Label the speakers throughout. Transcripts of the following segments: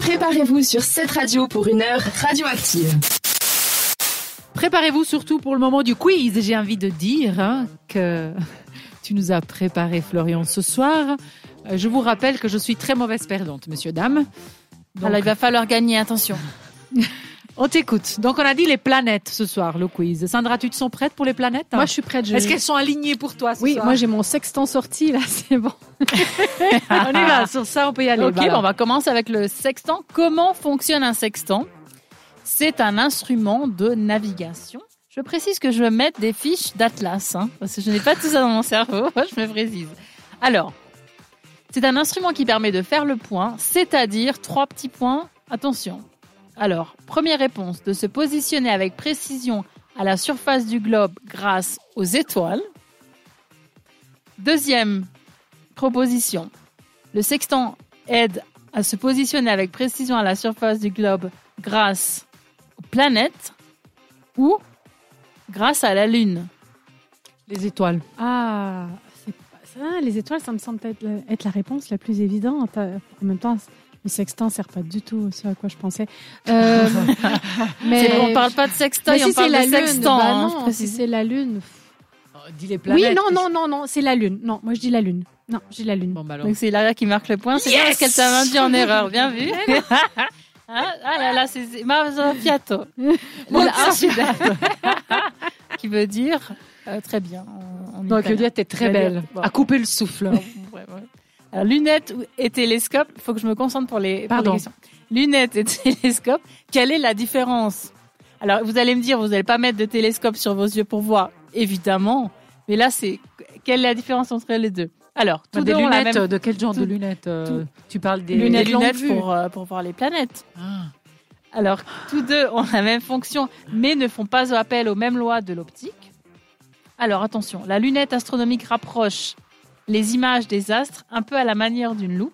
Speaker 1: Préparez-vous sur cette radio pour une heure radioactive.
Speaker 2: Préparez-vous surtout pour le moment du quiz. J'ai envie de dire hein, que tu nous as préparé, Florian, ce soir. Euh, Je vous rappelle que je suis très mauvaise perdante, monsieur, dame. Donc,
Speaker 3: Alors, il va falloir gagner, attention.
Speaker 2: on t'écoute. Donc, on a dit les planètes ce soir, le quiz. Sandra, tu te sens prête pour les planètes hein
Speaker 4: Moi, je suis prête. Je...
Speaker 2: Est-ce qu'elles sont alignées pour toi ce
Speaker 4: Oui,
Speaker 2: soir
Speaker 4: moi j'ai mon sextant sorti là, c'est bon.
Speaker 2: On y va, sur ça, on peut y aller.
Speaker 3: ok,
Speaker 2: voilà.
Speaker 3: bon, on va commencer avec le sextant. Comment fonctionne un sextant C'est un instrument de navigation. Je précise que je vais mettre des fiches d'atlas, hein, parce que je n'ai pas tout ça dans mon cerveau, je me précise. Alors, c'est un instrument qui permet de faire le point, c'est-à-dire trois petits points. Attention. Alors, première réponse, de se positionner avec précision à la surface du globe grâce aux étoiles. Deuxième proposition, le sextant aide à se positionner avec précision à la surface du globe grâce aux planètes ou grâce à la Lune.
Speaker 2: Les étoiles.
Speaker 4: Ah, c'est pas ça. Les étoiles, ça me semble être la, être la réponse la plus évidente. Euh, En même temps, le sextant sert pas du tout à ce à quoi je pensais. Euh, mais
Speaker 3: C'est- On parle pas de sextoy,
Speaker 4: Mais
Speaker 3: on
Speaker 4: si c'est
Speaker 3: parle de
Speaker 4: la lune,
Speaker 3: sextant.
Speaker 4: bah
Speaker 3: hein,
Speaker 4: non,
Speaker 3: je
Speaker 4: si
Speaker 3: précise.
Speaker 4: c'est la lune.
Speaker 2: Dis les
Speaker 4: Oui,
Speaker 2: planètes.
Speaker 4: non, non, non, non, c'est la lune. Non, moi je dis la lune. Non, je dis la lune.
Speaker 2: Bon, bah alors.
Speaker 3: Donc c'est Ilaria qui marque le point. C'est bien parce qu'elle t'a induit en erreur. Bien vu. ah, ah là là, c'est Marzo Piatto.
Speaker 2: Bon,
Speaker 3: La- qui veut dire euh, très bien. en- en
Speaker 2: Donc,
Speaker 3: italien.
Speaker 2: Claudia, t'es très
Speaker 3: Très bien.
Speaker 2: belle.
Speaker 3: Bon.
Speaker 2: À couper le souffle.
Speaker 3: Ouais, ouais. Alors, lunettes ou- et télescope, il faut que je me concentre pour les, pour les
Speaker 2: Pardon.
Speaker 3: questions. Lunettes et télescope, quelle est la différence Alors, vous allez me dire, vous n'allez pas mettre de télescope sur vos yeux pour voir, évidemment. Mais là, c'est quelle est la différence entre les deux Alors, tout
Speaker 2: Bah, des
Speaker 3: deux ont la
Speaker 2: lunettes,
Speaker 3: même-
Speaker 2: de quel genre de
Speaker 3: tout-
Speaker 2: lunettes euh, Tu parles des
Speaker 3: des lunettes,
Speaker 2: longues vues.
Speaker 3: pour, euh, pour voir les planètes.
Speaker 2: Ah.
Speaker 3: Alors, tous deux ont la même fonction, mais ne font pas appel aux mêmes lois de l'optique. Alors, attention, la lunette astronomique rapproche les images des astres un peu à la manière d'une loupe.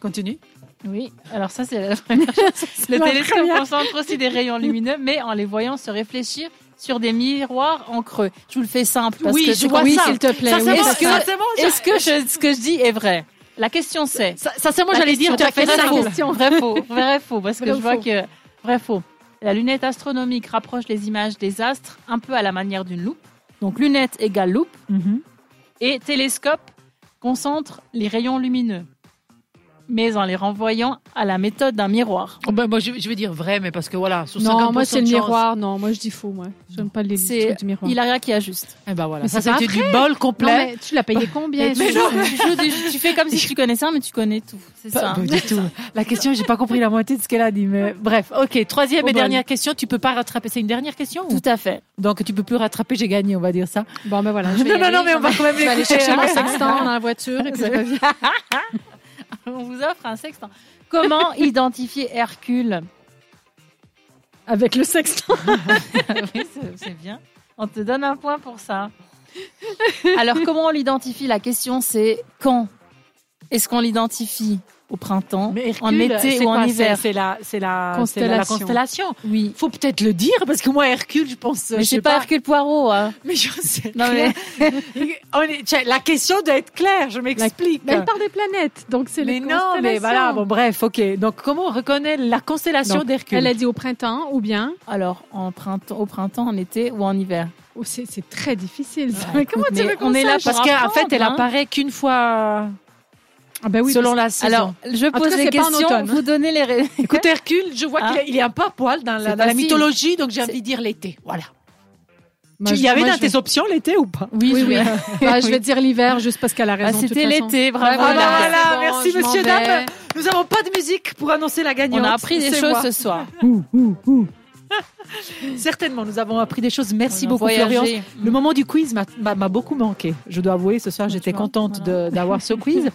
Speaker 2: Continue.
Speaker 3: Oui, alors ça c'est la première chose. Le
Speaker 4: la
Speaker 3: télescope
Speaker 4: première.
Speaker 3: concentre aussi des rayons lumineux, mais en les voyant se réfléchir sur des miroirs en creux. Je vous le fais simple parce
Speaker 2: Oui,
Speaker 3: que
Speaker 2: je
Speaker 3: c'est
Speaker 2: vois
Speaker 3: comme
Speaker 2: ça.
Speaker 3: ça.
Speaker 4: s'il te plaît.
Speaker 3: Sincèrement,
Speaker 4: oui.
Speaker 3: est-ce que- Est-ce que je- ce que je dis est vrai La question c'est
Speaker 2: Sincèrement,
Speaker 3: La
Speaker 2: j'allais dire, tu
Speaker 3: question,
Speaker 2: as fait
Speaker 3: ta
Speaker 2: ça.
Speaker 3: question.
Speaker 4: question.
Speaker 3: vrai faux, vrai faux parce que
Speaker 4: Vrai
Speaker 3: je
Speaker 4: ou
Speaker 3: vois
Speaker 4: faux
Speaker 3: que vrai faux. La lunette astronomique rapproche les images des astres un peu à la manière d'une loupe. Donc lunette égale loupe et télescope concentre les rayons lumineux, mais en les renvoyant à la méthode d'un miroir.
Speaker 2: Oh, ben, moi, je, je vais dire vrai, mais parce que voilà, sur
Speaker 4: Non,
Speaker 2: 50%
Speaker 4: moi c'est le
Speaker 2: de chance.
Speaker 4: miroir. Non, moi je dis faux. Moi, j'aime pas les
Speaker 3: C'est-
Speaker 4: trucs du miroir.
Speaker 3: Ilaria qui ajuste.
Speaker 2: Eh ben voilà,
Speaker 4: Mais
Speaker 2: ça
Speaker 4: c'est pas
Speaker 2: c'était du bol
Speaker 4: Non,
Speaker 2: complet.
Speaker 4: mais tu l'as payé combien
Speaker 2: Mais
Speaker 4: ce
Speaker 2: non,
Speaker 4: jeu
Speaker 3: tu, joues du- tu fais comme si tu connaissais, mais tu connais tout. C'est
Speaker 2: Pas-
Speaker 3: ça.
Speaker 2: pas du tout. La question, j'ai pas compris la moitié de ce qu'elle a dit, mais bref. Ok, troisième
Speaker 3: Au
Speaker 2: et
Speaker 3: bol.
Speaker 2: dernière question. Tu peux pas rattraper. C'est une dernière question. ou-
Speaker 3: Tout à fait.
Speaker 2: Donc tu peux plus rattraper. J'ai gagné, on va dire ça.
Speaker 4: Bon, ben voilà. je vais y
Speaker 2: Non, non,
Speaker 4: aller.
Speaker 2: non, mais on va quand même
Speaker 4: Je vais aller
Speaker 2: l'écouter.
Speaker 4: chercher mon
Speaker 2: hein.
Speaker 4: sextant dans la voiture et puis je reviens.
Speaker 3: On vous offre un sextant. Comment identifier Hercule
Speaker 4: Avec le sextant.
Speaker 3: Oui, c'est- c'est bien. On te donne un point pour ça. Alors, comment on l'identifie La question, c'est quand Est-ce qu'on l'identifie au printemps,
Speaker 2: Mais Hercule,
Speaker 3: en été
Speaker 2: c'est
Speaker 3: ou en
Speaker 2: quoi,
Speaker 3: hiver
Speaker 2: c'est- C'est la, c'est la, c'est la- la
Speaker 4: Constellation.
Speaker 2: constellation.
Speaker 3: Oui.
Speaker 2: Faut peut-être le dire parce que moi Hercule, je pense.
Speaker 3: Mais
Speaker 2: je
Speaker 3: c'est
Speaker 2: sais
Speaker 3: pas, Hercule Poirot. hein.
Speaker 2: Mais je sais.
Speaker 3: Non,
Speaker 2: rien.
Speaker 3: mais
Speaker 2: On est- tiens, la question doit être claire. Je m'explique.
Speaker 4: Mais elle part des planètes, donc c'est
Speaker 2: Mais
Speaker 4: les
Speaker 2: non, mais voilà, bon, bref, ok. Donc, comment on reconnaît la constellation
Speaker 4: Donc,
Speaker 2: d'Hercule
Speaker 4: Elle a dit au printemps ou bien.
Speaker 3: alors, en printemps, au printemps, en été ou en hiver
Speaker 4: Oh, c'est c'est très difficile. ça.
Speaker 2: Ouais,
Speaker 3: écoute,
Speaker 4: Comment tu
Speaker 3: mais
Speaker 4: veux qu'on
Speaker 3: on est là
Speaker 4: sache
Speaker 2: Parce
Speaker 3: pour
Speaker 2: qu'en
Speaker 3: apprendre,
Speaker 2: fait, elle
Speaker 3: hein.
Speaker 2: apparaît qu'une fois
Speaker 4: Ah ben oui,
Speaker 2: selon la saison.
Speaker 3: Alors, je
Speaker 4: tout
Speaker 3: pose
Speaker 4: cas,
Speaker 3: les
Speaker 4: c'est pas en
Speaker 3: questions,
Speaker 4: automne. hein.
Speaker 3: vous donnez les ré-
Speaker 2: écoute, Hercule, je vois
Speaker 3: Hein
Speaker 2: qu'il est- il est un peu à poil dans la,
Speaker 3: C'est
Speaker 2: dans la
Speaker 3: facile.
Speaker 2: mythologie, donc j'ai
Speaker 3: C'est-
Speaker 2: envie de dire l'été. Voilà.
Speaker 4: Moi,
Speaker 2: tu
Speaker 4: je-
Speaker 2: y avais
Speaker 4: moi,
Speaker 2: dans
Speaker 4: je-
Speaker 2: tes options l'été ou pas
Speaker 4: Oui,
Speaker 3: je
Speaker 4: oui.
Speaker 3: vais-
Speaker 4: Bah, je vais dire l'hiver juste parce qu'elle a
Speaker 3: Ah,
Speaker 4: raison. de toute
Speaker 3: C'était
Speaker 4: façon. Bah,
Speaker 3: l'été, bravo.
Speaker 2: Ah, Voilà,
Speaker 3: Lara.
Speaker 2: voilà,
Speaker 4: c'est bon,
Speaker 2: merci,
Speaker 4: je m'en
Speaker 2: monsieur, dame.
Speaker 4: vais.
Speaker 2: Nous n'avons pas de musique pour annoncer la gagnante.
Speaker 3: On a appris des
Speaker 2: C'est
Speaker 3: choses
Speaker 2: moi.
Speaker 3: ce soir.
Speaker 2: Certainement, nous avons appris des choses. Merci
Speaker 3: On a
Speaker 2: beaucoup,
Speaker 3: voyagé.
Speaker 2: Florian. Le moment du quiz m'a- m'a m'a beaucoup manqué. Je dois avouer, ce soir,
Speaker 3: Tu
Speaker 2: j'étais
Speaker 3: vois,
Speaker 2: contente de- d'avoir ce quiz.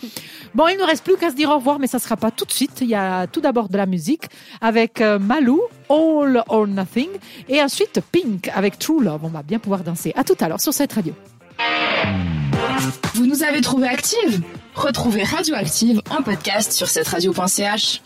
Speaker 2: Bon, il ne reste plus qu'à se dire au revoir, mais ça ne sera pas tout de suite. Il y a tout d'abord de la musique avec euh, Malou, All or Nothing, et ensuite Pink avec True Love. On va bien pouvoir danser. À tout à l'heure sur cette radio.
Speaker 1: Vous nous avez trouvé active Retrouvez Radioactive en podcast sur cette radio.ch.